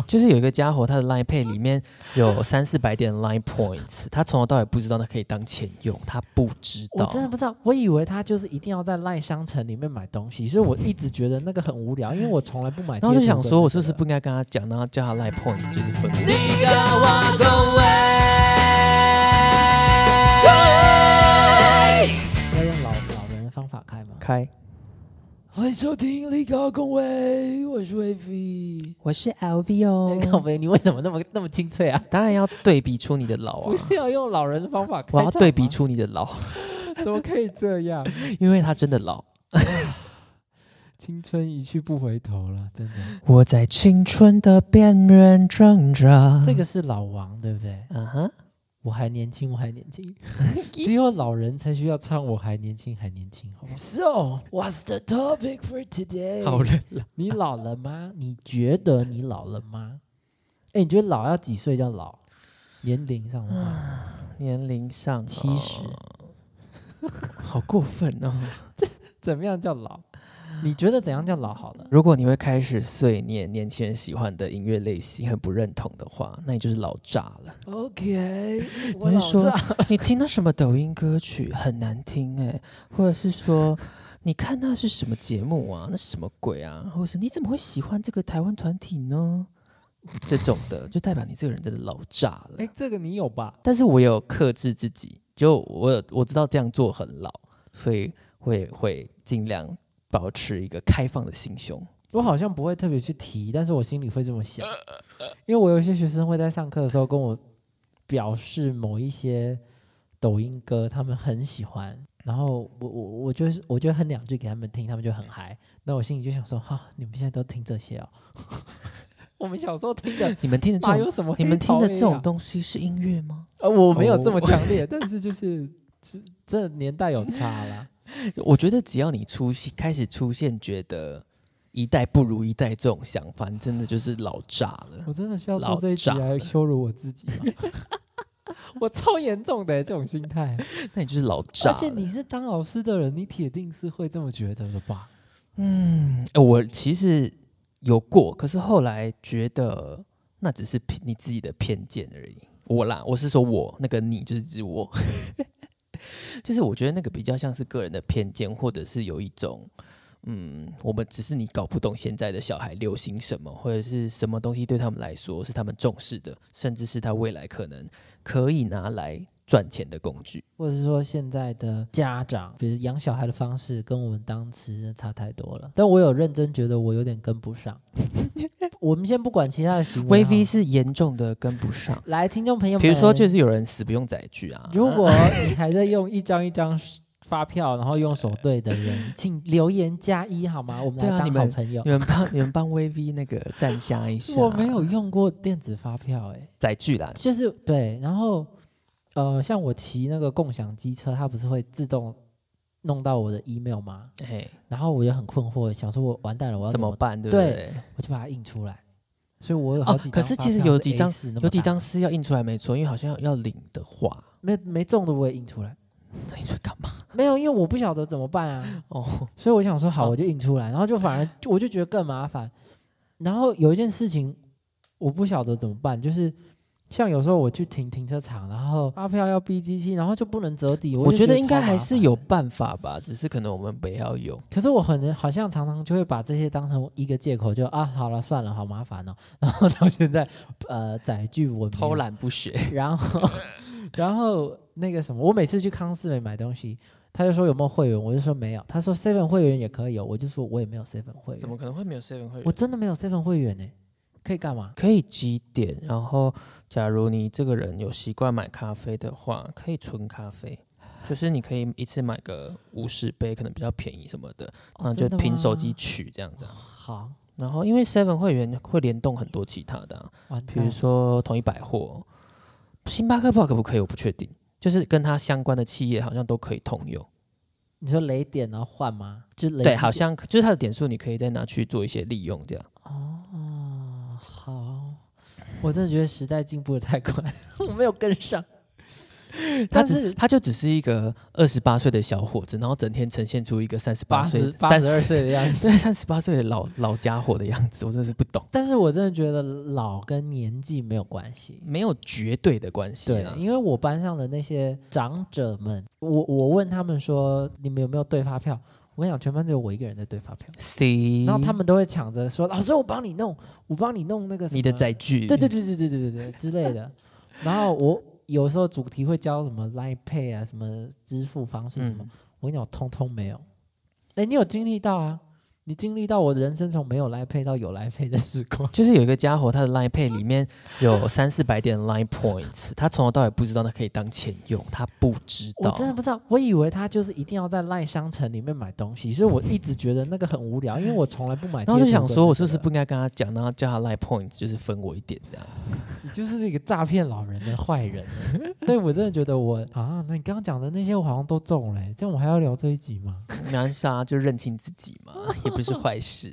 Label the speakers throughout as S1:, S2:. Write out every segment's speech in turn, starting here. S1: 吗？
S2: 就是有一个家伙，他的 Line Pay 里面有三四百点 Line Points，他从头到尾不知道那可以当钱用，他不知
S1: 我
S2: 道。
S1: 真的不知道，我以为他就是一定要在赖商城里面买东西，所以我一直觉得那个很无聊，因为我从来不买。
S2: 然后就想说，我是不是不？应该跟他讲，然后叫他 Line Points 就是分给我？
S1: 要用老老人的方法开吗？
S2: 开，
S1: 欢迎收听《立高公威》，我是威菲。
S2: 我是 LV
S1: 哎高 飞，你为什么那么那么清脆啊？
S2: 当然要对比出你的老啊
S1: 不！是要用老人的方法开
S2: 我 要
S1: 场
S2: 对比
S1: 吗，
S2: 出你的老，
S1: 怎么可以这样？
S2: 因为他真的老。
S1: 青春一去不回头了，真的。
S2: 我在青春的边缘挣扎。
S1: 这个是老王，对不对？
S2: 啊哈，
S1: 我还年轻，我还年 轻，只有老人才需要唱“我还年轻，还年轻”，好吗？So, what's the topic for today？
S2: 好累了。
S1: 你老了吗？你觉得你老了吗？ 哎，你觉得老要几岁叫老？年龄上的话，
S2: 年龄上哦
S1: 七十
S2: 好过分哦！
S1: 怎么样叫老？你觉得怎样叫老？好了，
S2: 如果你会开始碎念年轻人喜欢的音乐类型，很不认同的话，那你就是老炸了。
S1: OK，
S2: 我老
S1: 啊
S2: 炸你听到什么抖音歌曲很难听哎、或者是说，你看那是什么节目啊？那是什么鬼啊？或者是你怎么会喜欢这个台湾团体呢？这种的就代表你这个人真的老炸了。
S1: 哎，这个你有吧？
S2: 但是我有克制自己，就我有我知道这样做很老，所以会会尽量保持一个开放的心胸。
S1: 我好像不会特别去提，但是我心里会这么想，因为我有一些学生会在上课的时候跟我表示某一些抖音歌他们很喜欢，然后我我我就是我就哼两句给他们听，他们就很嗨。那我心里就想说，哈、你们现在都听这些哦，我们小时候听 的
S2: 你们听的这
S1: 哪
S2: 种，
S1: 有什么、
S2: 你们听的这
S1: 啊
S2: 种，东西是音乐吗？
S1: 呃， 我没有这么强烈，但是就是这这年代有差啦。
S2: 我觉得只要你出现开始出现觉得一代不如一代这种想法，你真的就是老炸了。
S1: 我真的需要
S2: 老
S1: 做这一集
S2: 炸
S1: 来羞辱我自己吗？ 我超严重的、欸这种心 态。
S2: 那你就是老炸
S1: 而且
S2: 了。
S1: 你是当老师的人，你铁定是会这么觉得的吧？
S2: 嗯、呃我其实有过，可是后来觉得那只是偏你自己的偏见而已。我啦，我是说我那个你就是指我， 就是我觉得那个比较像是个人的偏见，或者是有一种。嗯，我们只是你搞不懂现在的小孩流行什么，或者是什么东西对他们来说是他们重视的，甚至是他未来可能可以拿来赚钱的工具。
S1: 或者是说现在的家长，比如养小孩的方式跟我们当时真的差太多了。但我有认真觉得我有点跟不上。 我们先不管其他的行为
S2: 微
S1: 哈，
S2: V 是严重的跟不上，
S1: 来，听众朋友们，
S2: 比如说就是有人死不用载具啊，
S1: 如 果你还在用一张一张发票，然后用手对的人，请留言加一好吗？我们
S2: 对啊
S1: 来
S2: 你
S1: 当
S2: 们
S1: 好朋 友。
S2: 你们帮你们帮 VV 那个赞下一下，
S1: 我没有用过电子发票、欸，
S2: 载具啦，
S1: 就是对，然后呃，像我骑那个共享机车，它不是会自动弄到我的 email 吗？
S2: 哎，
S1: 然后我就很困惑，想说我完蛋了，我要
S2: 怎
S1: 怎
S2: 么办？对不
S1: 对
S2: 对？
S1: 我就把它印出来。所以我有
S2: 哦
S1: 好几张发
S2: 可
S1: 票、
S2: 是其实有几张
S1: A4 那么
S2: 有几
S1: 大
S2: 张是要印出来没错，因为好像要要领的话，
S1: 没没中的我也印出来，
S2: 那你说干嘛？
S1: 没有，因为我不晓得怎么办啊，
S2: 哦，
S1: 所以我想说好
S2: 哦
S1: 我就印出来，然后就 反而我就觉得更麻烦。然后有一件事情我不晓得怎么办，就是像有时候我去停停车场，然后发票要逼机器，然后就不能折抵，我
S2: 我
S1: 就
S2: 觉
S1: 觉
S2: 得应该
S1: 超麻
S2: 还是
S1: 烦
S2: 有
S1: 的
S2: 办法吧，只是可能我们不要有。
S1: 可是我可能好像常常就会把这些当成一个借口，就啊，好了，算了，好麻烦哦。 然后到现在，呃，载具我没有
S2: 偷，懒不学，
S1: 然后然后那个什么，我每次去康斯美买东西，他就说有没有会员，我就说没有。他说 seven 会员也可以、哦，我就说我也没有 seven 会 员，
S2: 怎么可能会没有 seven 会
S1: 我
S2: 员？
S1: 真的没有 seven 会员呢、欸可以干嘛？
S2: 可以积点，然后假如你这个人有习惯买咖啡的话，可以存咖啡，就是你可以一次买个五十杯，可能比较便宜什么的，
S1: 哦
S2: 那就
S1: 真的
S2: 凭手
S1: 吗
S2: 机取这样子啊。
S1: 好，
S2: 然后因为 Seven 会员会联动很多其他的啊、
S1: 完蛋
S2: 比如
S1: 嗯
S2: 说统一百货、星巴克，不知道可不可以，我不确定。就是跟它相关的企业好像都可以通用，
S1: 你说雷点然后换吗？就雷
S2: 对，
S1: 击
S2: 好像就是它的点数，你可以再拿去做一些利用，这样。
S1: 哦， 好，我真的觉得时代进步的太快，我没有跟上。
S2: 他
S1: 嗯但
S2: 只
S1: 是
S2: 他就只是一个二十八岁的小伙子，然后整天呈现出一个三十八
S1: 八
S2: 岁
S1: 十、八十二
S2: 30
S1: 岁的样 子。
S2: 对三十八岁的老老家伙的样子，我真的是不懂，
S1: 但是我真的觉得老跟年纪没有关系，
S2: 没有绝对啊的关系
S1: 对
S2: 啦，。
S1: 因为我班上的那些长者们，我我问他们说你们有没有对发票？我跟你讲，全班只有我一个人在对发票，
S2: C，
S1: 然后他们都会抢着说老师我帮你弄，我帮你弄那个什
S2: 你的
S1: 么
S2: 载具，
S1: 对对对对对对对对之类的。然后我有时候主题会教什么 Line Pay 啊，什么支付方式什么，
S2: 嗯，
S1: 我跟你讲，我通通没有。哎，你有经历到啊？你经历到我人生从没有 Line Pay 到有 Line Pay 的时光
S2: 就是有一个家伙，他的 Line Pay 里面有三四百点 Line Points，他从头到尾不知道那可以当钱用，他不知
S1: 我
S2: 道。
S1: 真的不知道，我以为他就是一定要在 Line 商城里面买东西，所以我一直觉得那个很无聊，因为我从来不买。
S2: 然后就想说，我是不是？不应该跟他讲，然后叫他 Line Points 就是分我一点这样。
S1: 你就是一个诈骗老人的坏人。 对，我真的觉得我啊，那你刚刚讲的那些我好像都中了欸，这样我还要聊这一集吗？
S2: 没关系啊，就认清自己 嘛，也不是坏事。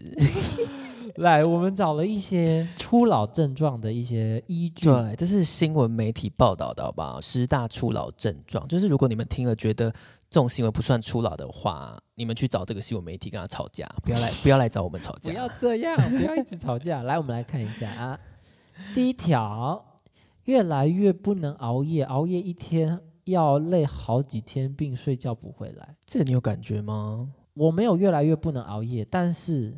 S1: 来，我们找了一些初老症状的一些依据。
S2: 对，这是新闻媒体报道的，好不好？十大初老症状，就是如果你们听了觉得这种行为不算初老的话，你们去找这个新闻媒体跟他吵架，不要来不要来找我们吵
S1: 不
S2: 架。
S1: 要这样，不要一直吵架。来，我们来看一下啊，第一条，越来越不能熬夜，熬夜一天要累好几天，并睡觉不回来。
S2: 这个你有感觉吗？
S1: 我没有越来越不能熬夜，但是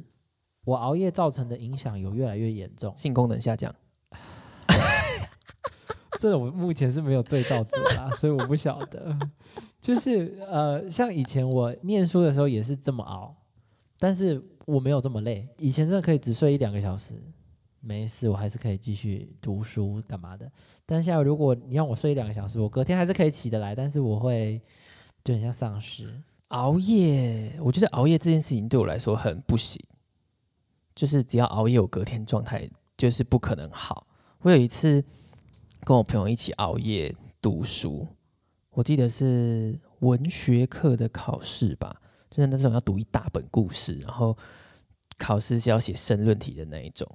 S1: 我熬夜造成的影响有越来越严重。
S2: 性功能下降。
S1: 这我目前是没有对照组啦，所以我不晓得。就是呃，像以前我念书的时候也是这么熬，但是我没有这么累。以前真的可以只睡一两个小时，没事，我还是可以继续读书干嘛的。但现在如果你让我睡一两个小时，我隔天还是可以起得来，但是我会就很像丧尸。
S2: 熬夜，我觉得熬夜这件事情对我来说很不行，就是只要熬夜，我隔天状态就是不可能好。我有一次跟我朋友一起熬夜读书，我记得是文学课的考试吧，就是那种要读一大本故事，然后考试是要写申论题的那一种。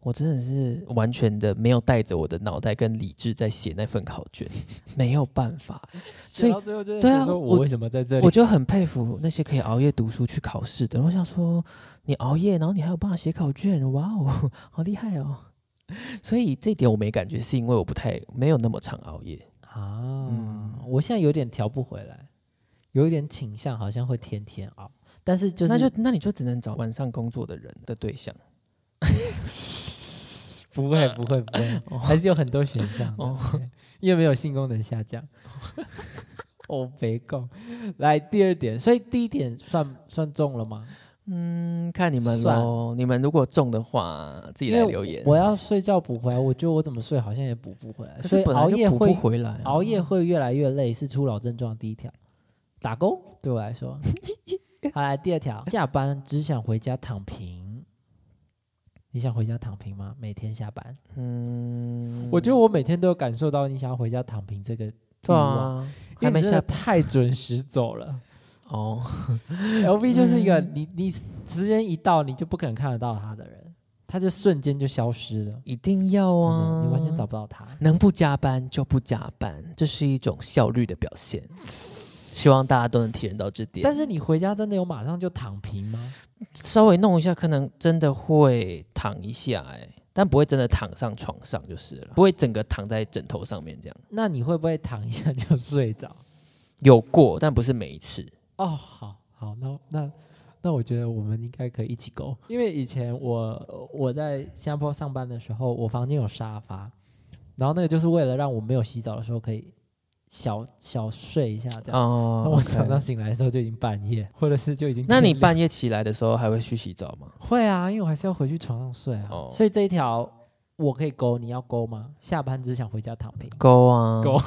S2: 我真的是完全的没有带着我的脑袋跟理智在写那份考卷，没有办法。所以
S1: 写到最后就是
S2: 对啊
S1: 想说
S2: 我
S1: 我为什么在这里
S2: 我？就很佩服那些可以熬夜读书去考试的。我想说，你熬夜，然后你还有办法写考卷，哇哦，好厉害哦！所以这一点我没感觉，是因为我不太没有那么常熬夜。
S1: 啊，
S2: 嗯
S1: 我现在有点调不回来，有一点倾向好像会天天熬，但是就是
S2: 那就那你就只能找晚上工作的人的对象。
S1: 不会不会不会， 还是有很多选项的
S2: 呃哦，
S1: 对因为没有性功能 下降。哦，没够。来第二点，所以第一点算算中了吗？
S2: 嗯，看你们
S1: 算
S2: 喽。你们如果中的话，自己
S1: 因
S2: 来
S1: 为
S2: 留言。
S1: 我要睡觉补回来，我觉得我怎么睡好像也补不回来，
S2: 可
S1: 所
S2: 是
S1: 以
S2: 本来
S1: 熬夜
S2: 就补不
S1: 会
S2: 回来啊、
S1: 熬夜会越来越累，是初老症状第一条，打勾对我 来说。好来，第二条，下班只想回家躺平。你想回家躺平吗？每天下班，
S2: 嗯，
S1: 我觉得我每天都有感受到你想要回家躺平这个欲
S2: 对
S1: 望，
S2: 啊，
S1: 因为
S2: 还没
S1: 你真的
S2: 下
S1: 太准时走 了。
S2: 哦，
S1: L V 就是一个
S2: 嗯
S1: 你你时间一到你就不可能看得到他的人，他就瞬间就消失了，
S2: 一定要
S1: 真
S2: 啊，
S1: 的你完全找不到他。
S2: 能不加班就不加班，这是一种效率的表现。 希望大家都能体验到这点。
S1: 但是你回家真的有马上就躺平吗？
S2: 稍微弄一下，可能真的会躺一下、哎，但不会真的躺上床上就是了，不会整个躺在枕头上面这样。
S1: 那你会不会躺一下就睡 着？
S2: 有过，但不是每一次。
S1: 哦，好好，那那那我觉得我们应该可以一起勾，因为以前我我在新加坡上班的时候，我房间有沙发，然后那个就是为了让我没有洗澡的时候可以小小睡一下这样。
S2: 哦
S1: 那、我早上醒来的时候就已经半夜， 或者是就已经
S2: 那
S1: 天
S2: 你
S1: 亮
S2: 半夜起来的时候还会去洗澡吗？
S1: 会啊，因为我还是要回去床上睡啊，
S2: 哦
S1: 所以这一条我可以勾，你要勾吗？下班只想回家躺平。
S2: 勾啊，
S1: 勾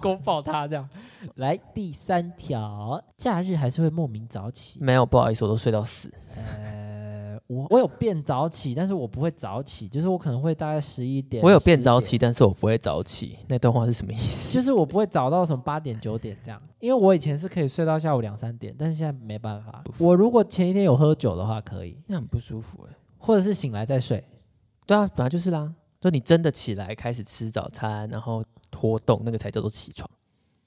S1: 勾爆他这样，来第三条，假日还是会莫名早起，
S2: 没有，不好意思，我都睡到死。
S1: 呃，我我有变早起，但是我不会早起，就是我可能会大概十一点。
S2: 我有变早
S1: 10
S2: 起，但是我不会早起。那段话是什么意思？
S1: 点，就是我不会早到什么八点九点这样，因为我以前是可以睡到下午两三点，但是现在没办法。我如果前一天有喝酒的话可以，
S2: 那很不舒服哎、
S1: 或者是醒来再睡。
S2: 对啊，本来就是啦。就你真的起来开始吃早餐，然后活动，那个才叫做起床。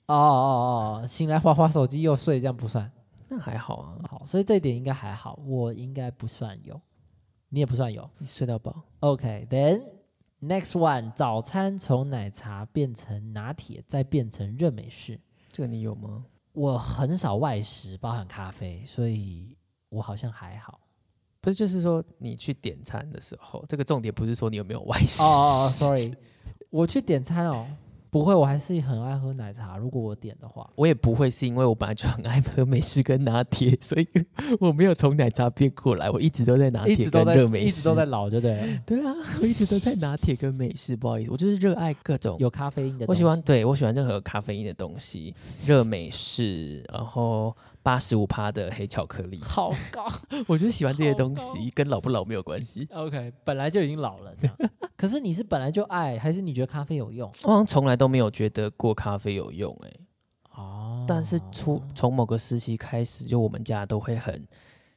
S1: 哦哦哦，醒来划划手机又睡，这样不算。
S2: 那还好啊，
S1: 好，所以这一点应该还好，我应该不算有，你也不算有。
S2: 你睡到饱。
S1: OK，then、next one，早餐从奶茶变成拿铁，再变成热美式。
S2: 这个你有吗？
S1: 我很少外食，包含咖啡，所以我好像还好。
S2: 不是，就是说你去点餐的时候，这个重点不是说你有没有外食
S1: 哦哦哦，sorry，我 去点餐哦，不会，我还是很爱喝奶茶。如果我点的话，
S2: 我也不会是因为我本来就很爱喝美式跟拿铁，所以我没有从奶茶变过来，我一直都在拿
S1: 一
S2: 铁
S1: 直都
S2: 跟
S1: 在
S2: 热美
S1: 一直
S2: 式
S1: 都。在老，对 不对了？
S2: 对啊，我一直都在拿铁跟美式，不好意思，我就是热爱各种。
S1: 有咖啡因的，
S2: 我喜欢，。对我喜欢任何有咖啡因的东西，热美式，然后八十五趴的黑巧克力，
S1: 好高
S2: 我就喜欢这些
S1: 好
S2: 东
S1: 高
S2: 西，跟老不老没有关系。
S1: ，OK，本来就已经老了 这样。可是你是本来就爱，还是你觉得咖啡有用？
S2: 我好像从来都没有觉得过咖啡有用、欸，
S1: 哦，
S2: 但是出从某个时期开始，就我们家都会很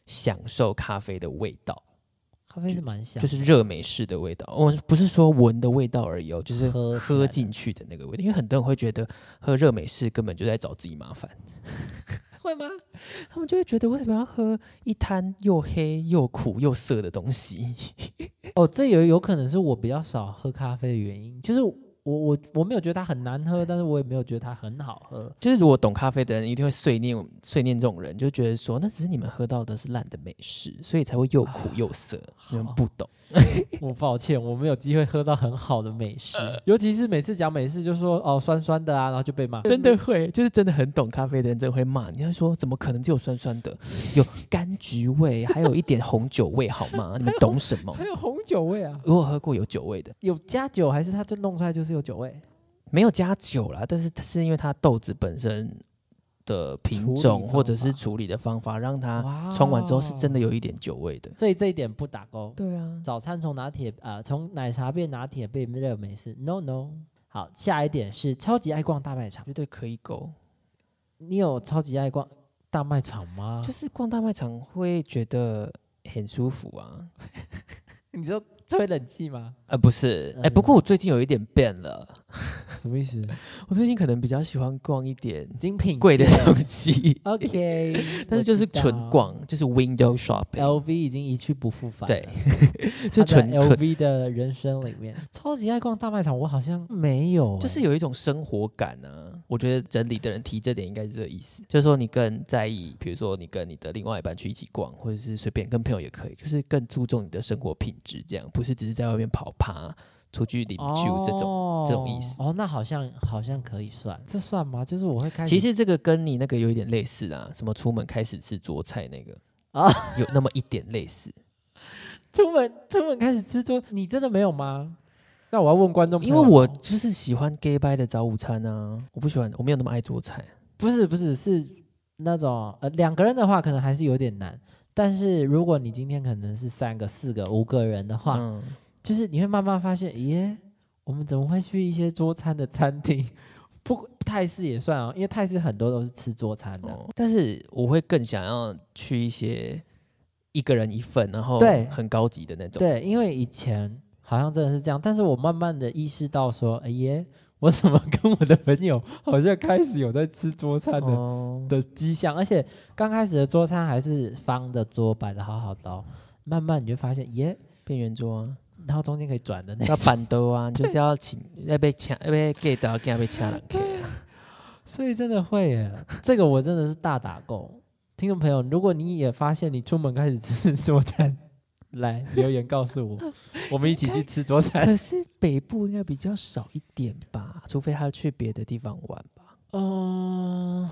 S2: 享受咖啡的味道，
S1: 咖啡是蛮香
S2: 就
S1: 的，
S2: 是热美式的味道。我不是说闻的味道而已哦，就是
S1: 喝起来
S2: 喝
S1: 的
S2: 进去的那个味道。因为很多人会觉得喝热美式根本就在找自己麻烦，
S1: 会吗？
S2: 他们就会觉得为什么要喝一滩又黑又苦又涩的东西？
S1: 哦，这有有可能是我比较少喝咖啡的原因，就是我我我没有觉得它很难喝，但是我也没有觉得它很好喝。
S2: 就是如果懂咖啡的人，一定会碎念碎念这种人，就觉得说那只是你们喝到的是烂的美式，所以才会又苦又涩，你们
S1: 好
S2: 不懂。
S1: 我抱歉，我没有机会喝到很好的美式，尤其是每次讲美式就说哦酸酸的啊，然后就被骂。
S2: 真的会，就是真的很懂咖啡的人，真的会骂你。他说：“怎么可能只有酸酸的？有柑橘味，还有一点红酒味，好吗？ 你们懂什么
S1: 还有红酒味啊？”？
S2: 我有喝过有酒味的，
S1: 有加酒还是它就弄出来就是有酒味？
S2: 没有加酒啦，但是是因为它豆子本身的品
S1: 处理
S2: 种
S1: 方
S2: 或者是
S1: 法
S2: 处理的方法，让它
S1: 哇
S2: 冲完之后是真的，有一点酒味的。
S1: 所以这一点不打勾。
S2: 对啊，
S1: 早餐从拿铁啊，呃从奶茶变拿铁变热美式，no no。好，下一点是超级爱逛大卖场。
S2: 绝对可以勾。
S1: 你有超级爱逛大卖场吗？
S2: 就是逛大卖场会觉得很舒服啊。
S1: 你说吹冷气吗？
S2: 呃，不是，哎、
S1: 嗯
S2: 不过我最近有一点变了，
S1: 什么 意思？
S2: 我最近可能比较喜欢逛一点
S1: 精品
S2: 贵的
S1: 店
S2: 东西，
S1: OK，
S2: 但是就是纯逛，就是 window shopping，
S1: LV 已经一去不复返了。
S2: 对， 就
S1: 他在
S2: 纯纯，
S1: LV 哦的人生里面，超级爱逛大卖场，我好像没有欸、
S2: 就是有一种生活感啊。我觉得整理的人提这点应该是这个意思，就是说你更在意，比如说你跟你的另外一半去一起逛，或者是随便跟朋友也可以，就是更注重你的生活品质，这样不是只是在外面跑趴、出去领
S1: 哦
S2: 酒这种。
S1: 种
S2: 这种意思
S1: 哦，那好像好像可以算，这算吗？就是我会开始，
S2: 其实这个跟你那个有一点类似啊，什么出门开始吃桌菜那个
S1: 啊
S2: 啊，有那么一点类似。
S1: 出门出门开始吃多，你真的没有吗？那我要问观众朋
S2: 因
S1: 友
S2: 为
S1: 咯，
S2: 我就是喜欢 gay bye 的早午餐啊，我不喜欢，我没有那么爱做菜。
S1: 不是不是是那种呃两个人的话，可能还是有点难。但是如果你今天可能是三个、四个、五个人的话，
S2: 嗯，
S1: 就是你会慢慢发现，耶，我们怎么会去一些桌餐的餐厅？ 不，泰式也算啊，因为泰式很多都是吃桌餐的。
S2: 哦但是我会更想要去一些一个人一份，然后
S1: 对
S2: 很高级的那种。
S1: 对，因为以前好像真的是这样，但是我慢慢的意识到说，哎耶，我怎么跟我的朋友好像开始有在吃桌餐的、
S2: 哦，
S1: 的迹象，而且刚开始的桌餐还是方的桌摆的好好的、哦，慢慢你就发现耶，
S2: 变圆桌 啊，
S1: 然后中间可以转的那，
S2: 要板凳啊，你就是要请要被请要被 gay 早要被请人客啊。
S1: 所以真的会耶，这个我真的是大打勾。听众朋友，如果你也发现你出门开始吃桌餐，来留言告诉
S2: 嗯
S1: 我，我们一起去吃桌餐。
S2: 可是北部应该比较少一点吧，除非他去别的地方玩吧。
S1: 嗯、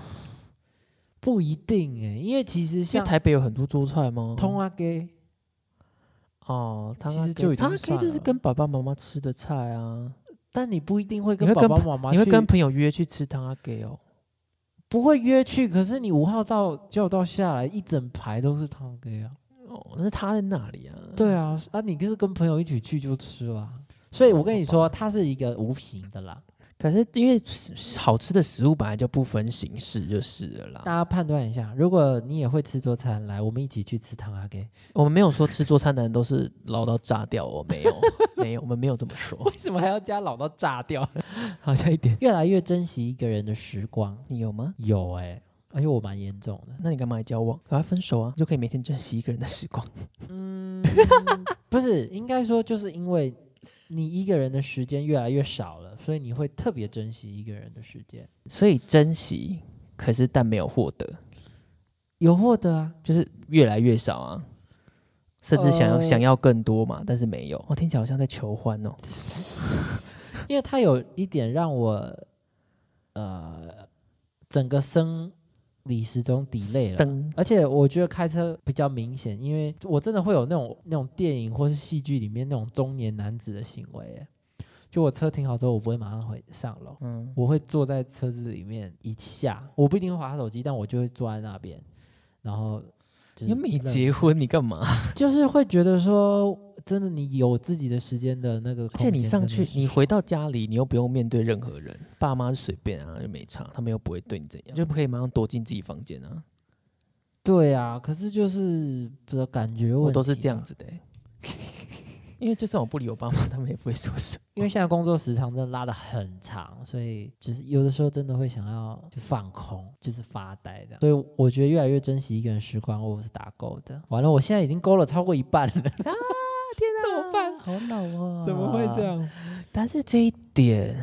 S1: 不一定哎，因为其实
S2: 像
S1: 像
S2: 台北有很多桌菜吗？
S1: 通阿给
S2: 哦，汤
S1: 其
S2: 阿
S1: 实
S2: 哥
S1: 就已经
S2: 汤阿哥
S1: 算
S2: 就是
S1: 了
S2: 跟爸爸妈妈吃的菜啊。
S1: 但你不一定会跟
S2: 你会
S1: 爸
S2: 跟
S1: 爸妈妈
S2: 你
S1: 去，
S2: 会跟朋友约去吃汤阿给哦？
S1: 不会约去，可是你五号到九号到下来一整排都是汤给啊。
S2: 哦，那是他在那里啊。
S1: 对啊，啊，你就是跟朋友一起去就吃啦。所以我跟你说，它是一个无形的啦。
S2: 可是因为好吃的食物本来就不分形式，就是了
S1: 大
S2: 啦。
S1: 家判断一下，如果你也会吃桌餐，来，我们一起去吃汤阿给。
S2: 我们没有说吃桌餐的人都是老到炸掉，哦，没有，没有，我们没有这么说。
S1: 为什么还要加老到炸掉？
S2: 好，下一点，
S1: 越来越珍惜一个人的时光。
S2: 你有吗？
S1: 有哎、而且我蛮严重的。
S2: 那你干嘛还交往？赶快分手啊，就可以每天珍惜一个人的时光。
S1: 嗯，不是，应该说就是因为你一个人的时间越来越少了，所以你会特别珍惜一个人的时间。
S2: 所以珍惜，可是但没有获得，
S1: 有获得啊，
S2: 就是越来越少啊，甚至想要、
S1: 呃
S2: 想要更多嘛，但是没有。我、哦听起来好像在求欢哦。
S1: 因为它有一点让我呃整个生理时钟 delay 了。
S2: 噔，
S1: 而且我觉得开车比较明显，因为我真的会有那种那种电影或是戏剧里面那种中年男子的行为耶，就我车停好之后，我不会马上回上楼，
S2: 嗯，
S1: 我会坐在车子里面一下，我不一定会划手机，但我就会坐在那边，然后就是
S2: 你又没
S1: 愣
S2: 结婚，你干嘛？
S1: 就是会觉得说，真的你有自己的时间的那个，
S2: 而且你上去，你回到家里，你又不用面对任何人，爸妈就随便啊，又没差，他们又不会对你怎样，就不可以马上躲进自己房间啊。
S1: 对啊，可是就是的感觉问
S2: 我都是
S1: 题
S2: 这样
S1: 吧，
S2: 子的欸、 因为就算我不理我爸妈，他们也不会说什么。
S1: 因为现在工作时长真的拉得很长，所以就是有的时候真的会想要就放空，就是发呆这样。所以我觉得越来越珍惜一个人时光，我是打勾的。完了，我现在已经勾了超过一半了，
S2: 怎么办？啊好老 啊！？
S1: 样？
S2: 但是这一点，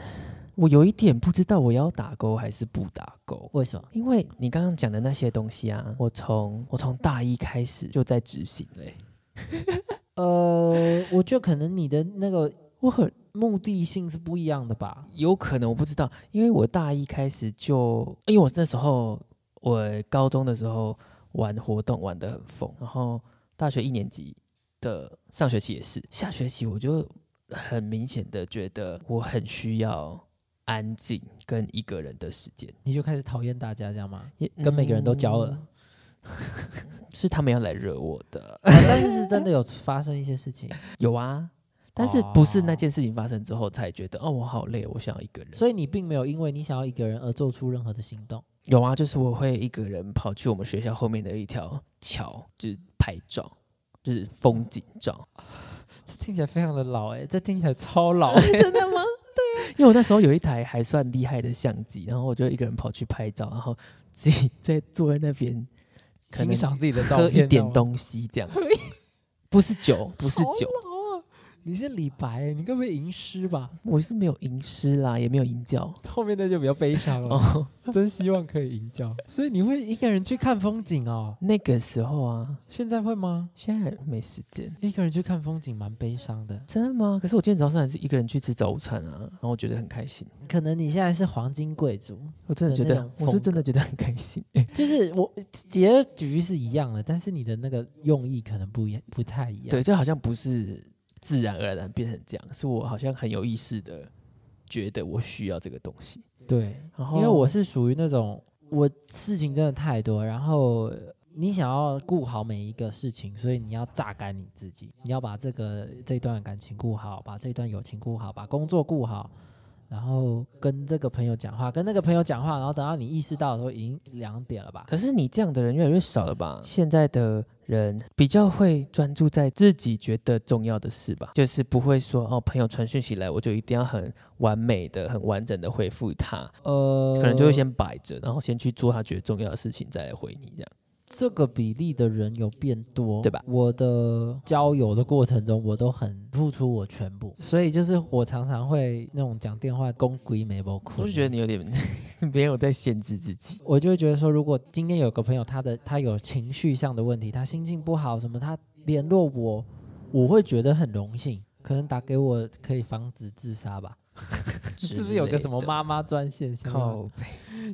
S2: 我有一点不知道我要打勾还是不打勾。
S1: 为什么？
S2: 因为你刚刚讲的那些东西啊，我从我从大一开始就在执行欸嘞、
S1: 呃，我觉得可能你的那个我很目的性是不一样的吧。
S2: 有可能我不知道，因为我大一开始就，因为我那时候我高中的时候玩活动玩得很疯，然后大学一年级的上学期也是，下学期我就很明显的觉得我很需要安静跟一个人的时间，
S1: 你就开始讨厌大家这 样吗？跟每个人都交恶
S2: 嗯。是他们要来惹我的，
S1: 啊但是真的有发生一些事情，
S2: 有啊，但是不是那
S1: 哦
S2: 件事情发生之后才觉得哦，我好累，我想要一个人。
S1: 所以你并没有因为你想要一个人而做出任何的行动。
S2: 有啊，就是我会一个人跑去我们学校后面的一条桥，就是拍照，就是风景照。
S1: 这听起来非常的老哎、这听起来超老、 欸。
S2: 真的 吗？对、因为我那时候有一台还算厉害的相机，然后我就一个人跑去拍照，然后自己 在坐在那边可能
S1: 欣赏自己的照
S2: 喝
S1: 片，哦
S2: 一
S1: 这样
S2: 点
S1: 吗。
S2: 东西，这样不是酒，不是酒，
S1: 你是李白欸、你该不会吟诗吧？
S2: 我是没有吟诗啦，也没有吟教。
S1: 后面那就比较悲伤了。
S2: 哦，
S1: 真希望可以吟教。所以你会一个人去看风景哦？
S2: 那个时候啊，
S1: 现在会吗？
S2: 现在没时间。
S1: 一个人去看风景蛮悲伤的。
S2: 真的吗？可是我今天早上还是一个人去吃早午餐啊，然后我觉得很开心。
S1: 可能你现在是黄金贵族，
S2: 我真的
S1: 的
S2: 觉
S1: 那
S2: 得
S1: 种，
S2: 我是
S1: 风
S2: 真的觉得很开心。哎、
S1: 就是我结局是一样的，但是你的那个用意可能不一不太一样。
S2: 对，就好像不是自然而然变成这样，是我好像很有意识的觉得我需要这个东西。
S1: 对，
S2: 然后
S1: 因为我是属于那种我事情真的太多，然后你想要顾好每一个事情，所以你要榨干你自己，你要把这个这段感情顾好，把这段友情顾好，把工作顾好，然后跟这个朋友讲话，跟那个朋友讲话，然后等到你意识到的时候已经两点了吧？
S2: 可是你这样的人越来越少了吧？现在的人比较会专注在自己觉得重要的事吧，就是不会说哦，朋友传讯息来，我就一定要很完美的、很完整的回复他，
S1: 呃，
S2: 可能就会先摆着，然后先去做他觉得重要的事情，再来回你这样。
S1: 这个比例的人有变多，
S2: 对吧
S1: 我的交友的过程中，我都很付出我全部，所以就是我常常会那种讲电话公鬼没包哭，
S2: 我就觉得你有点 没有在限制自己。
S1: 我就会觉得说，如果今天有个朋友，他的他有情绪上的问题，他心情不好什么，他联络我，我会觉得很荣幸，可能打给我可以防止自杀吧。是不是有个什 么
S2: 之类的
S1: 妈妈专线？是吗
S2: 靠北？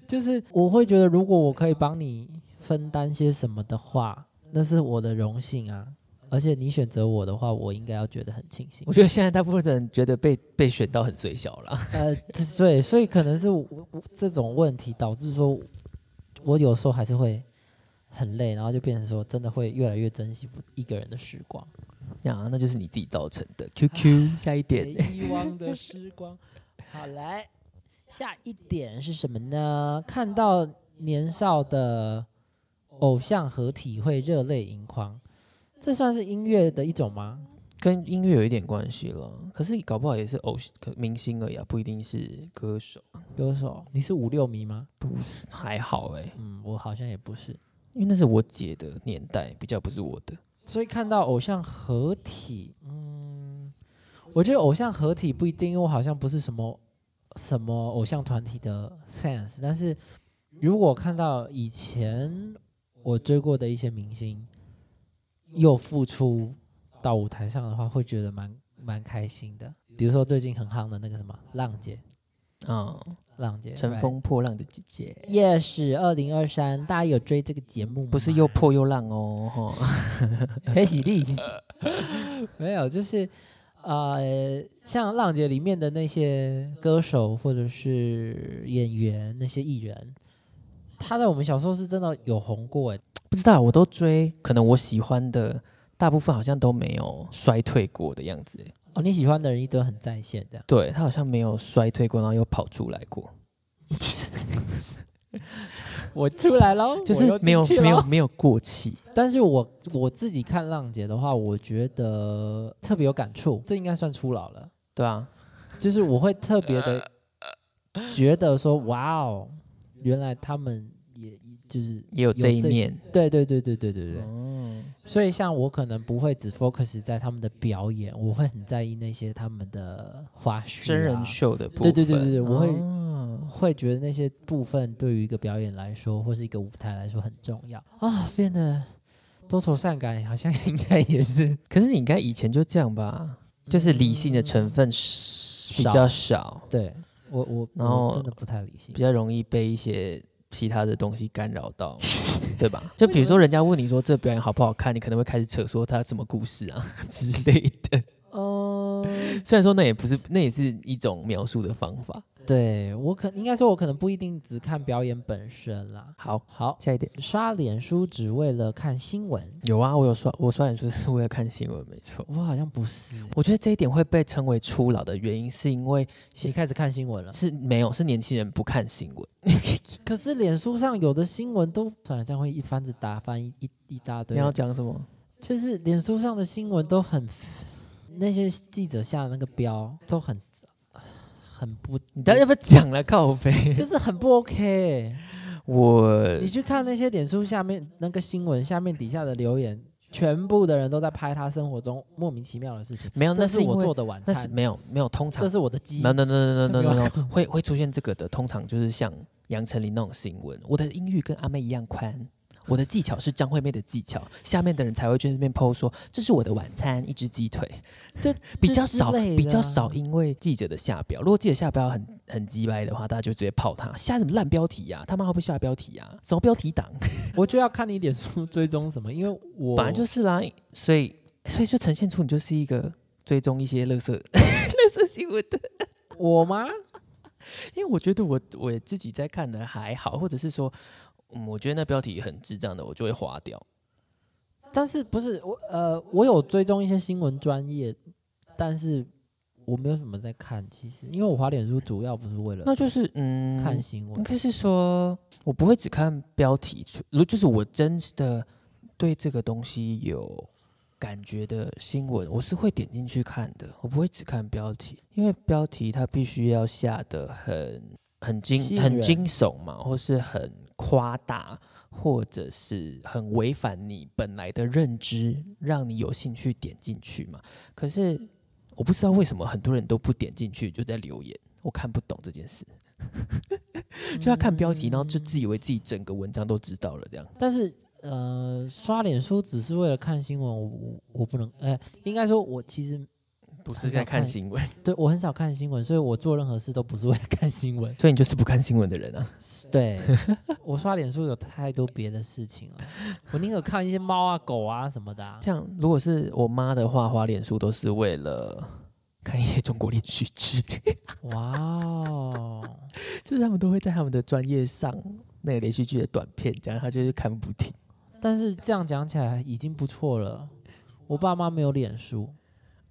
S1: 就是我会觉得，如果我可以帮你分担些什么的话，那是我的荣幸啊。而且你选择我的话，我应该要觉得很庆幸
S2: 我。觉得现在大部分的人觉得被被选到很水小了，
S1: 呃，对，所以可能是我我这种问题导致说，我有时候还是会很累，然后就变成说，真的会越来越珍惜不一个人的时光。
S2: 呀，那就是你自己造成的。QQ，下一点，
S1: 遗忘的时光。好来，下一点是什么呢？看到年少的偶像合体会热泪盈眶，这算是音乐的一种吗？
S2: 跟音乐有一点关系了。可是搞不好也是偶可明星而已啊，不一定是歌手。
S1: 歌手，你是五六迷吗？
S2: 还好哎、
S1: 嗯，我好像也不是。
S2: 因为那是我姐的年代，比较不是我的。
S1: 所以看到偶像合体，嗯，我觉得偶像合体不一定，因为我好像不是什么什么偶像团体的 fans，但是如果看到以前我追过的一些明星又复出到舞台上的话，会觉得蛮蛮开心的。比如说最近很夯的那个什么浪姐，
S2: 嗯，
S1: 浪姐
S2: 乘风破浪的姐姐，
S1: 夜市二零二三，大家有追这个节目吗？
S2: 不是又破又浪哦，哈，
S1: 黑喜力，没有，就是呃，像《浪姐》里面的那些歌手或者是演员那些艺人，他在我们小时候是真的有红过哎，
S2: 不知道，我都追，可能我喜欢的大部分好像都没有衰退过的样子。欸
S1: 哦，你喜欢的人一直都很在线这样，
S2: 对他好像没有衰退过，然后又跑出来过，
S1: 我出来喽，
S2: 就
S1: 我
S2: 是
S1: 又进
S2: 没有
S1: 去
S2: 没有
S1: 咯。
S2: 没有过气。
S1: 但是我我自己看《浪姐》的话，我觉得特别有感触，这应该算初老了。
S2: 对啊，
S1: 就是我会特别的觉得说，哇哦，原来他们也就是
S2: 也有这一
S1: 有这些
S2: 面。
S1: 对对对对对对对。
S2: 哦，
S1: 所以像我可能不会只 focus 在他们的表演，我会很在意那些他们的花絮、
S2: 真人，秀的部
S1: 啊
S2: 分，
S1: 对对对对对我会
S2: 哦
S1: 会觉得那些部分对于一个表演来说，或是一个舞台来说很重要
S2: 哦
S1: 啊，变得。多愁善感好像应该也是
S2: 可是你应该以前就这样吧，就是理性的成分
S1: 嗯
S2: 是比较少，
S1: 对我我
S2: 然
S1: 我
S2: 后
S1: 真的不太理性
S2: 比，较容易被一些其他的东西干扰 到，对吧？就比如说人家问你说这表演好不好看，你可能会开始扯说它什么故事啊 之类的。
S1: 嗯、
S2: 虽然说那也不是，那也是一种描述的方法。
S1: 对我可应该说，我可能不一定只看表演本身啦。
S2: 好，
S1: 好，
S2: 下一点
S1: 刷脸书只为了看新闻，
S2: 有啊，我有刷，我刷脸书是为了看新闻，没错。
S1: 我好像不是欸。
S2: 我觉得这一点会被称为初老的原因，是因为
S1: 你开始看新闻了？
S2: 是没有是年轻人不看新闻，
S1: 可是脸书上有的新闻都算了，这样会一翻子打翻一一一大
S2: 你
S1: 堆。
S2: 要讲什么？
S1: 就是脸书上的新闻都很，那些记者下的那个标都很很不，
S2: 你当然要不要讲了，靠背。
S1: 就是很不 OK 欸、
S2: 我
S1: 你去看那些脸书下面那个新闻下面底下的留言，全部的人都在拍他生活中莫名其妙的事情。
S2: 没有，嗯
S1: 这
S2: 那
S1: 是
S2: 是因
S1: 我
S2: 为
S1: 做的晚
S2: 那是
S1: 餐，
S2: 没有没有，通常
S1: 这是我的鸡
S2: 没。有 no no no no
S1: 没
S2: no
S1: 有
S2: no，会 会出现这个的，通常就是像杨丞琳那种新闻，我的音域跟阿妹一样宽。我的技巧是张惠妹的技巧，下面的人才会去那边 PO 说这是我的晚餐，一只鸡腿，
S1: 这
S2: 比较少
S1: 之类的啊
S2: 比较少，因为记者的下标，如果记者下标很很鸡掰的话，大家就直接泡他下什么烂标题呀、他妈会不会下标题呀、啊什么标题党？
S1: 我就要看你脸书追踪什么，因为 我
S2: 本来就是啦，所以所以就呈现出你就是一个追踪一些垃圾 垃圾新闻的。
S1: 我吗？
S2: 因为我觉得我我自己在看的还好，或者是说，嗯，我觉得那标题很智障的，我就会划掉。
S1: 但是不是我呃，我有追踪一些新闻专业，但是我没有什么在看，其实因为我滑脸书主要不是为了
S2: 那就是嗯，
S1: 看新闻
S2: 应，该是说我不会只看标题，除如就是我真的对这个东西有感觉的新闻，我是会点进去看的，我不会只看标题，因为标题它必须要下的很很
S1: 吸
S2: 惊
S1: 引
S2: 很
S1: 人
S2: 惊悚嘛，或是很夸大。或者是很违反你本来的认知，让你有兴趣点进去嘛？可是我不知道为什么很多人都不点进去，就在留言，我看不懂这件事。 就要看标题，然后就自
S1: 嗯
S2: 以为自己整个文章都知道了这样。
S1: 但是呃，刷脸书只是为了看新闻，我我我不能呃，应该说我其实
S2: 不
S1: 是在看
S2: 新闻，
S1: 对我很少看新闻，所以我做任何事都不是为了看新 闻。
S2: 所以你就是不看新闻的人啊。
S1: 对，我刷脸书有太多别的事情了，我宁可看一些猫啊、狗啊什么的、 啊。
S2: 像如果是我妈的话，花脸书都是为了看一些中国连续 剧，
S1: 哇哦，
S2: 就是他们都会在他们的专业上那个连续剧的短片，这样她就是看不停。
S1: 但是这样讲起来已经不错了。我爸妈没有脸书，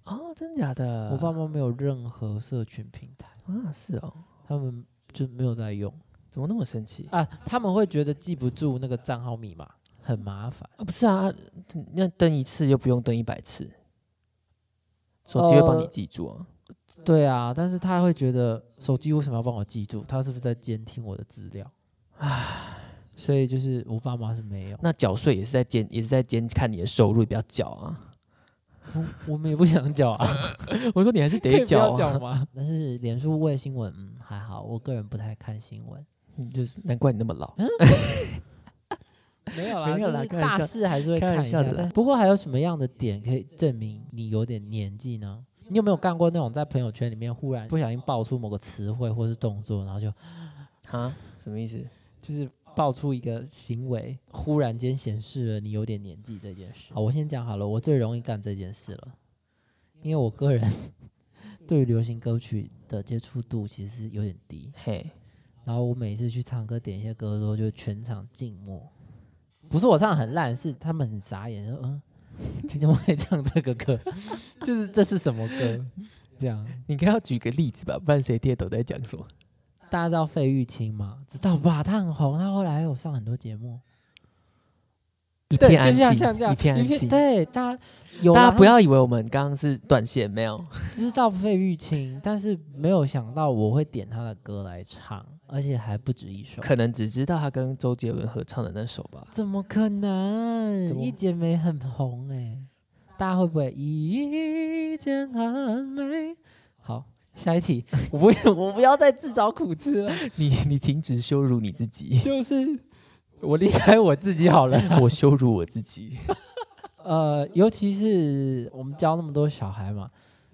S2: 哦，真假的？
S1: 呃我爸妈没有任何社群平台，
S2: 啊，是哦，
S1: 他们就没有在用
S2: 怎么那么生气啊
S1: 啊。他们会觉得记不住那个账号密码很麻烦，
S2: 不是啊，那登一次又不用登一百次，手机会帮你
S1: 呃
S2: 记住啊。
S1: 对啊，但是他会觉得手机为什么要帮我记住？他是不是在监听我的资料？唉，所以就是我爸妈是没有，
S2: 那缴税也是在监，也是在监看你的收入，你不要缴啊。
S1: 我我们也不想缴 啊，
S2: 我说你还是
S1: 可以
S2: 得
S1: 不要
S2: 缴
S1: 缴
S2: 啊。
S1: 吗？但是脸书为新闻、嗯、还好，我个人不太看新闻。
S2: 你就是难怪你那么老。
S1: 没有啦，
S2: 没有啦
S1: 就是
S2: 开玩
S1: 大
S2: 笑
S1: 事还是会
S2: 开玩
S1: 看一下
S2: 笑的啦
S1: 但不过还有什么样的点可以证明你有点年纪呢？你有没有干过那种在朋友圈里面忽然不小心爆出某个词汇或是动作，然后就
S2: 啊？什么意思？
S1: 就是爆出一个行为，忽然间显示了你有点年纪这件事？好，我先讲好了，我最容易干这件事了，因为我个人 对于流行歌曲的接触度其实是有点低，
S2: 嘿，
S1: 然后我每次去唱歌点一些歌的时候，就全场静默。不是我唱得很烂，是他们很傻眼，说嗯， 你怎么会唱这个歌？ 就是这是什么歌？这样
S2: 你应该要举个例子吧，不然谁听得懂在讲什么？
S1: 大家知道费玉清吗？知道吧？他很红，他后来有上很多节目。
S2: 一
S1: 对，
S2: 片
S1: 就
S2: 安
S1: 像像这
S2: 静，
S1: 样
S2: 一片安静。
S1: 对，大家有
S2: 大
S1: 啦
S2: 家不要以为我们刚刚是断线，没有。
S1: 知道费玉清，但是没有想到我会点他的歌来唱，而且还不止一首。
S2: 可能只知道他跟周杰伦合唱的那首吧。
S1: 怎么可能
S2: 怎？么
S1: 一剪梅很红哎、大家会不会一剪寒梅？好，下一题，我不，我不要再自找苦吃了。
S2: 你你停止羞辱你自己，
S1: 就是我离开我自己好了。
S2: 我羞辱我自 己。
S1: 呃，尤其是我们教那么多小孩嘛，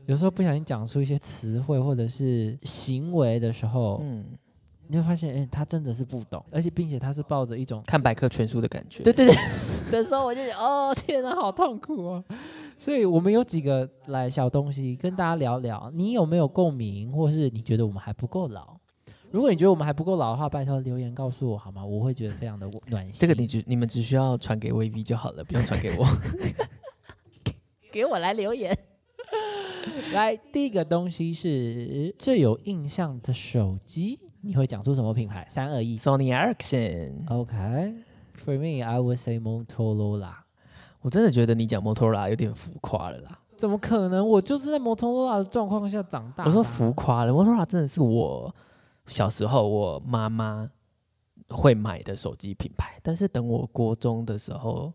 S1: 有时候不小心讲出一些词汇或者是行为的时候，
S2: 嗯，
S1: 你会发现，哎、他真的是不懂，而且并且他是抱着一种
S2: 看百科全书的感觉。
S1: 对，对对 的时候，我就觉得哦，天哪，好痛苦哦。所以我们有几个来小东西跟大家聊聊，你有没有共鸣，或是你觉得我们还不够老？如果你觉得我们还不够老的话，拜托留言告诉我好吗？我会觉得非常的暖心。
S2: 这个你只你们只需要传给 VV 就好了，不用传给 我。
S1: 给我来留言。来，第一个东西是最有印象的手机，你会讲出什么品牌？三二一
S2: Sony Ericsson，
S1: ，OK，For me, I would say Motorola。
S2: 我真的觉得你讲摩托罗拉有点浮夸了啦。
S1: 怎么可能？我就是在摩托罗拉的状况下长大的啊。
S2: 我说浮夸了，摩托罗拉真的是我小时候我妈妈会买的手机品牌，但是等我国中的时候，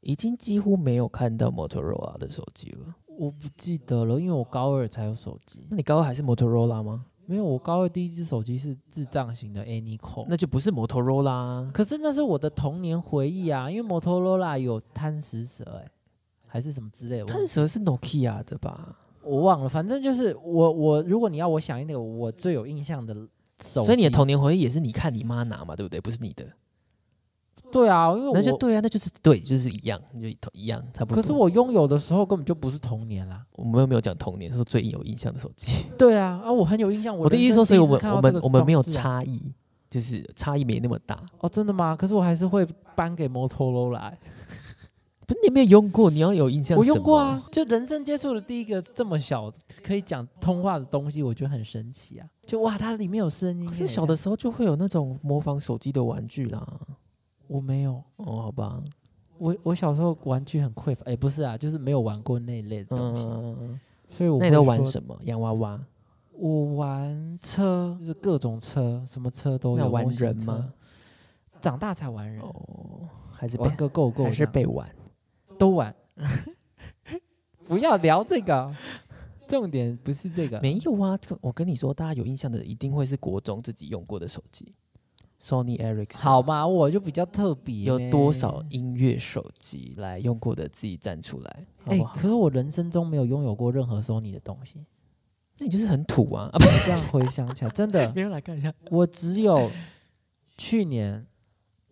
S2: 已经几乎没有看到摩托罗拉的手机了。
S1: 我不记得了，因为我高二才有手机。
S2: 那你高二还是摩托罗拉吗？
S1: 没有，我高二第一只手机是智障型的 Anyco。
S2: 那就不是摩托罗拉。啊
S1: 可是那是我的童年回忆啊，因为摩托罗拉有贪食蛇、哎，还是什么之类的，我忘
S2: 贪蛇是 Nokia 的吧？
S1: 我忘了。反正就是我我，如果你要我想一点，我最有印象的手机，
S2: 所以你的童年回忆也是你看你妈拿嘛，对不对？不是你的，
S1: 对啊，因为
S2: 那就
S1: 我
S2: 对啊，那就是对，就是一样，你就一样，差不多。
S1: 可是我拥有的时候根本就不是童年啦。
S2: 我们又没有讲童年，说最有印象的手机。
S1: 对啊，啊，我很有印象。
S2: 我的
S1: 人
S2: 意思
S1: 生
S2: 说，所以
S1: 第
S2: 我
S1: 一次
S2: 们
S1: 看
S2: 我
S1: 到
S2: 们
S1: 这个
S2: 我们没有
S1: 装置啊
S2: 差异，就是差异没那么大。
S1: 哦，真的吗？可是我还是会搬给摩托罗拉。欸
S2: 不是你有没有用过，你要有印象。
S1: 我用过啊，，就人生接触的第一个这么小可以讲通话的东西，我觉得很神奇啊！就哇，它里面有声音耶。
S2: 可是小的时候就会有那种模仿手机的玩具啦。
S1: 我没有，
S2: 哦，好吧，
S1: 我我小时候玩具很匮乏，哎、不是啊，就是没有玩过那一类的东西，
S2: 嗯，
S1: 所以我
S2: 那你都玩
S1: 么？
S2: 什么？洋娃娃？
S1: 我玩车，就是各种车，什么车都有。
S2: 那玩
S1: 模型
S2: 人吗？
S1: 车？长大才玩人，
S2: 哦，还是
S1: 玩
S2: 被
S1: 个够够
S2: 还
S1: 这
S2: 是
S1: 样，
S2: 被玩？
S1: 都玩。 不要聊这个，啊重点不是这个。
S2: 没有啊，这个我跟你说，大家有印象的一定会是国中自己用过的手机，Sony Ericsson。
S1: 好嘛，我就比较特别。
S2: 有多少音乐手机来用过的自己站出来，好
S1: 哎、
S2: 不好？
S1: 可是我人生中没有拥有过任何 Sony 的东 西。
S2: 那你就是很土啊！啊
S1: 我这样回想起来，真的
S2: 不，别人来看一下，
S1: 我只有去年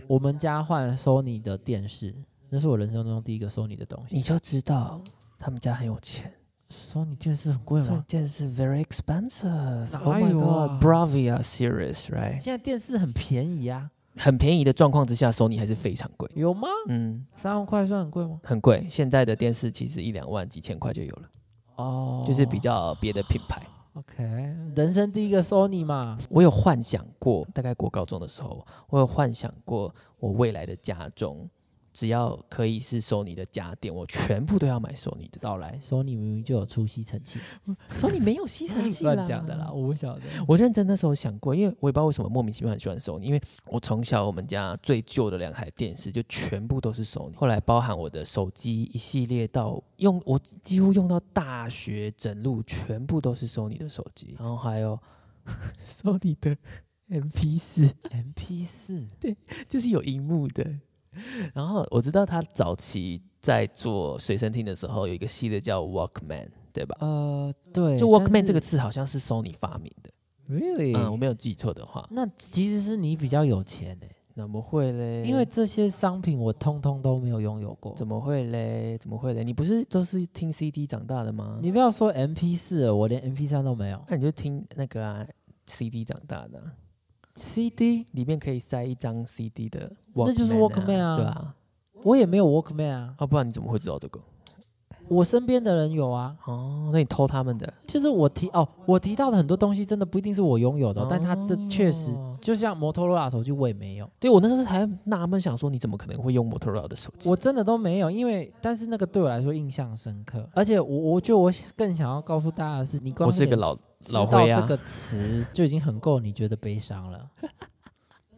S1: 我们家换 Sony 的电视，那是我人生中第一个 Sony 的东西。
S2: 你就知道他们家很有钱。
S1: Sony 电视很贵
S2: 这
S1: 吗？
S2: 件是 very expensive。
S1: 哪
S2: Oh my
S1: 有啊
S2: god, Bravia series, right？
S1: 现在电视很便宜啊，
S2: 很便宜的状况之下，Sony 还是非常贵。
S1: 有吗？
S2: 嗯，
S1: 三万块算很贵吗？
S2: 很贵。现在的电视其实一两万、几千块就有了，
S1: 哦，
S2: 就是比较别的品牌。
S1: OK，人生第一个 Sony 嘛，
S2: 我有幻想过，大概国高中的时候，我有幻想过我未来的家中，只要可以是 Sony 的家电，我全部都要买 Sony 的。
S1: 少来，Sony 明明就有出吸尘器，
S2: Sony 没有吸尘器
S1: 乱讲的啦，。我不晓得。
S2: 我认真那时候想过，因为我也不知道为什么莫名其妙很喜欢 Sony，因为我从小我们家最旧的两台电视就全部都是 Sony，后来包含我的手机一系列到用我几乎用到大学整路全部都是 Sony 的手机，然后还有 Sony 的 MP 四，
S1: MP 四，
S2: 就是有荧幕的。然后我知道他早期在做随身听的时候有一个系列叫 Walkman，对吧？
S1: 呃，对，
S2: 就
S1: 但
S2: Walkman
S1: 是
S2: 这个词好像是 Sony 发明的，
S1: ，really，、
S2: 嗯，我没有记错的话，
S1: 那其实是你比较有钱呢、
S2: 怎么会嘞？
S1: 因为这些商品我通通都没有拥有过。
S2: 怎么会嘞？怎么会嘞？你不是都是听 CD 长大的吗？
S1: 你不要说 MP 四，我连 MP 三都没有。
S2: 那你就听那个啊 CD 长大的啊、
S1: CD
S2: 里面可以塞一张 CD 的 Walkman 啊、
S1: 那就是 Walkman 啊
S2: 对啊。
S1: 我也没有 Walkman 啊，
S2: 啊，不然你怎么会知道这个？
S1: 哦我身边的人有啊。
S2: 哦，那你偷他们的？
S1: 就是我提哦，我提到的很多东西真的不一定是我拥有的，但它这确实
S2: 哦
S1: 就像摩托罗拉手机我也没有，
S2: 对我那时候还纳闷，想说你怎么可能会用 Motorola 的手机？
S1: 我真的都没有，因为但是那个对我来说印象深刻，而且我我觉得我更想要告诉大家的是，你光
S2: 我是一个
S1: 连
S2: 老
S1: 知
S2: 老
S1: 道
S2: 灰
S1: 这
S2: 啊
S1: 个，词就已经很够你觉得悲伤 了。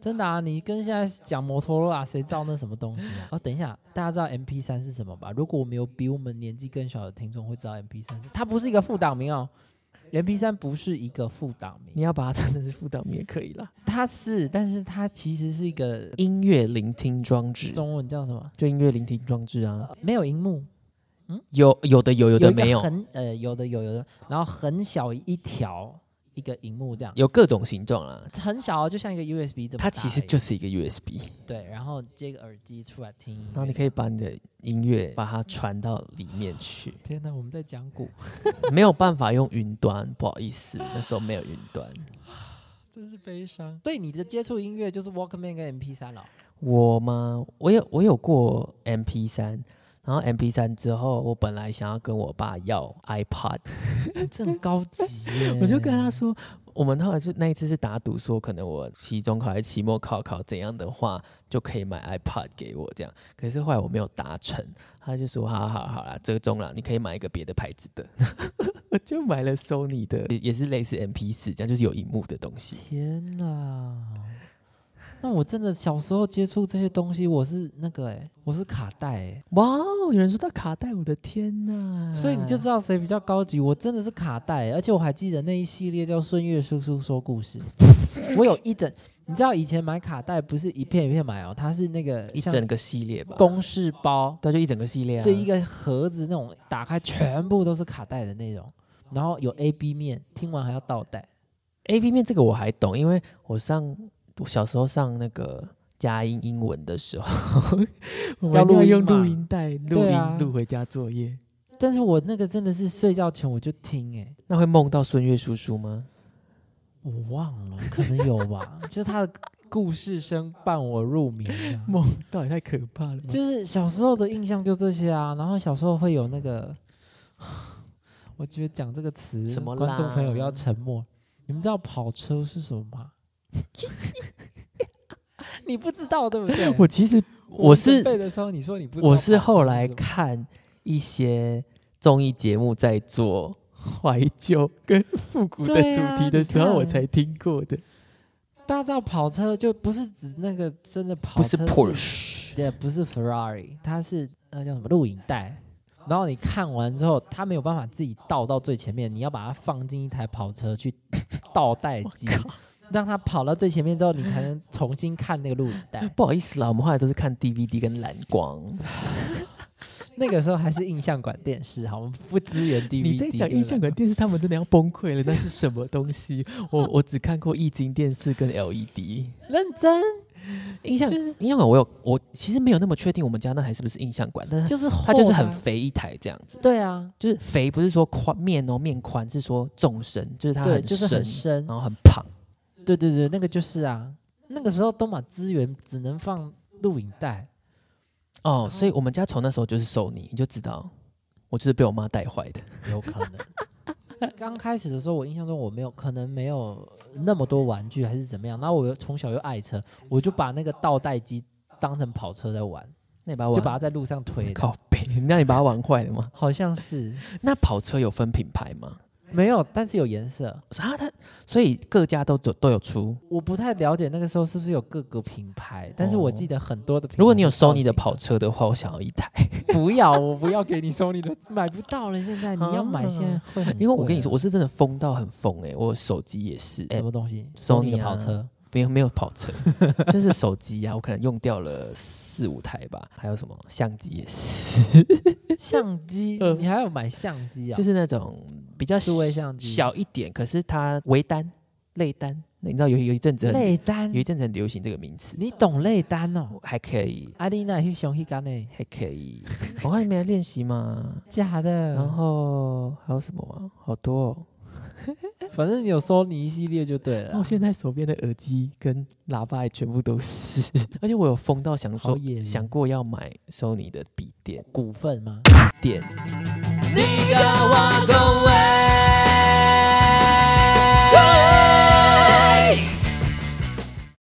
S1: 真的啊，你跟现在讲摩托罗拉，谁知道那什么东西啊？哦，等一下，大家知道 MP 三是什么吧？如果我们有比我们年纪更小的听众会知道 MP 三，它不是一个副档名哦。MP 三不是一个副档
S2: 你
S1: 名，
S2: 要把它当成是副档名也可以啦。
S1: 它是，但是它其实是一个
S2: 音乐聆听装置，
S1: 中文叫什么？
S2: 就音乐聆听装置啊，
S1: 没有荧幕，
S2: 有有的有，有的
S1: 一个
S2: 没有，
S1: 很呃，有的有，有的，然后很小一条一个荧幕这样，
S2: 有各种形状啊啦。
S1: 很小哦，就像一个 USB 这么大而已。
S2: 它其实就是一个 USB。
S1: 对，然后接个耳机出来听音乐。
S2: 然后你可以把你的音乐把它传到里面去，
S1: 天哪，我们在讲古，
S2: 没有办法用云端，不好意思，那时候没有云端。
S1: 真是悲伤。对，你的接触音乐就是 Walkman 跟 MP 三了。
S2: 我吗？我有我有过 MP 三，然后 MP 三之后，我本来想要跟我爸要 iPod，
S1: 这很高 级耶
S2: 我就跟
S1: 嗯
S2: 他说，我们后来就那一次是打赌说，可能我期中考还是期末考考怎样的话，就可以买 iPad 给我这样。可是后来我没有达成，他就说，好好好啦，折中啦，你可以买一个别的牌子的。 我就买了 Sony 的，也也是类似 MP 四这样，就是有荧幕的东西。
S1: 天哪，那我真的小时候接触这些东西，我是那个哎、我是卡带哎、
S2: 哇哦，有人说到卡带，我的天呐！
S1: 所以你就知道谁比较高级。我真的是卡带欸、而且我还记得那一系列叫《孙悦叔叔说故 事》，我有一整，你知道以前买卡带不是一片一片买哦，它是那个
S2: 一
S1: 像
S2: 整个系列吧，
S1: 公式包。
S2: 对，就一整个系列啊。
S1: 就一个盒子那种，打开全部都是卡带的那
S2: 哦
S1: 种，然后有 A、B 面，听完还要倒带。
S2: A P 面这个我还懂，因为我上我小时候上那个佳音英文的时候，我们
S1: 要录
S2: 要用
S1: 音嘛
S2: 录音带录
S1: 对
S2: 音
S1: 啊
S2: 录回家作业。
S1: 但是我那个真的是睡觉前我就听、欸，
S2: 那会梦到孙悦叔叔吗？
S1: 我忘了，可能有 吧，就是他的故事声伴我入眠、啊。
S2: 梦到也太可怕了吧。
S1: 就是小时候的印象就这些啊，然后小时候会有那个， 我觉得讲这个词，
S2: 什么啦
S1: 观众朋友要沉默。你们知道跑车是什么吗？ 你不知道对不对？
S2: 我其实
S1: 我
S2: 我
S1: 们准
S2: 是
S1: 备的时候你说你不知道
S2: 我是
S1: 跑车
S2: 后来
S1: 什么
S2: 看一些综艺节目在做怀旧跟复古的
S1: 对
S2: 主
S1: 啊
S2: 题的
S1: 你
S2: 时候，我
S1: 看
S2: 才听过的，
S1: 大家知道跑车就不是指那个真的跑
S2: 不是
S1: 车，
S2: Porsche。。
S1: 对，不是 Ferrari，它是那叫什么录影带。然后你看完之后，它没有办法自己倒到最前面，你要把它放进一台跑车去倒带机，让它跑到最前面之后，你才能重新看那个录影带
S2: 不好意思啦，我们后来都是看 DVD 跟蓝光。
S1: 那个时候还是印象馆电视，好，我们不支援 DVD 的啦。
S2: 你在讲印象馆电视，他们真的要崩溃了。那是什么东 西？我我只看过液晶电视跟 E LED。
S1: 认真，
S2: 印象
S1: 就是
S2: 印象馆，我有我其实没有那么确定我们家那台是不是印象馆，但是
S1: 就是
S2: 它就是
S1: 厚的
S2: 很
S1: 啊
S2: 肥一台这样子，
S1: 对啊，
S2: 就是肥不是说宽面哦面宽，是说纵深，就是它
S1: 对，
S2: 很
S1: 就是
S2: 深，
S1: 很深
S2: 然。后很胖。
S1: 对对对，那个就是啊，那个时候东马资源只能放录影带，
S2: 哦，所以我们家从那时候就是 Sony，你就知道我就是被我妈带坏的。
S1: 有可能。 刚开始的时候，我印象中我没有，可能没有那么多玩具还是怎么样。然后我又从小又爱车，我就把那个倒带机当成跑车在玩，
S2: 那你把它玩
S1: 就把它在路上推的。
S2: 靠背，那你把它玩坏了吗？
S1: 好像是
S2: 那跑车有分品牌吗？
S1: 没有，但是有颜色。
S2: 啊，它所以各家都都都有出。
S1: 我不太了解那个时候是不是有各个品牌，但是我
S2: 哦
S1: 记得很多的品牌。
S2: 如果你有 Sony 的跑，车的话，我想要一台，
S1: 不要，我不要给你 Sony 的，买不到了。现在你要买，
S2: 啊
S1: 现在会很贵啊
S2: 因为我跟你说，我是真的疯到很疯哎、我手机也是哎、
S1: 什么东西
S2: Sony
S1: 的
S2: 啊
S1: 跑车，
S2: 没有没有跑车，就是手机啊，我可能用掉了四五台吧，还有什么相机也是，
S1: 相 机，你还要买相机啊？
S2: 就是那种比较
S1: 数位相机
S2: 小一点，可是它微单、类单，你知道有有一阵子很
S1: 类单
S2: 有，一阵子很流行这个名词，
S1: 你懂类单哦？
S2: 还可以
S1: 阿丽娜去熊去干呢？
S2: 还可以，我看你们来练习嘛，
S1: 假的。
S2: 然后还有什么啊？好多、哦。
S1: 反正你有收你一系列就对了
S2: 那我
S1: 啦。
S2: 哦现在手边的耳机跟喇叭也全部都是， 而且我有疯到想
S1: 好
S2: 说，
S1: 野人
S2: 想过要买 Sony 的笔电
S1: 股份吗？
S2: 电。
S1: 你跟我恭维。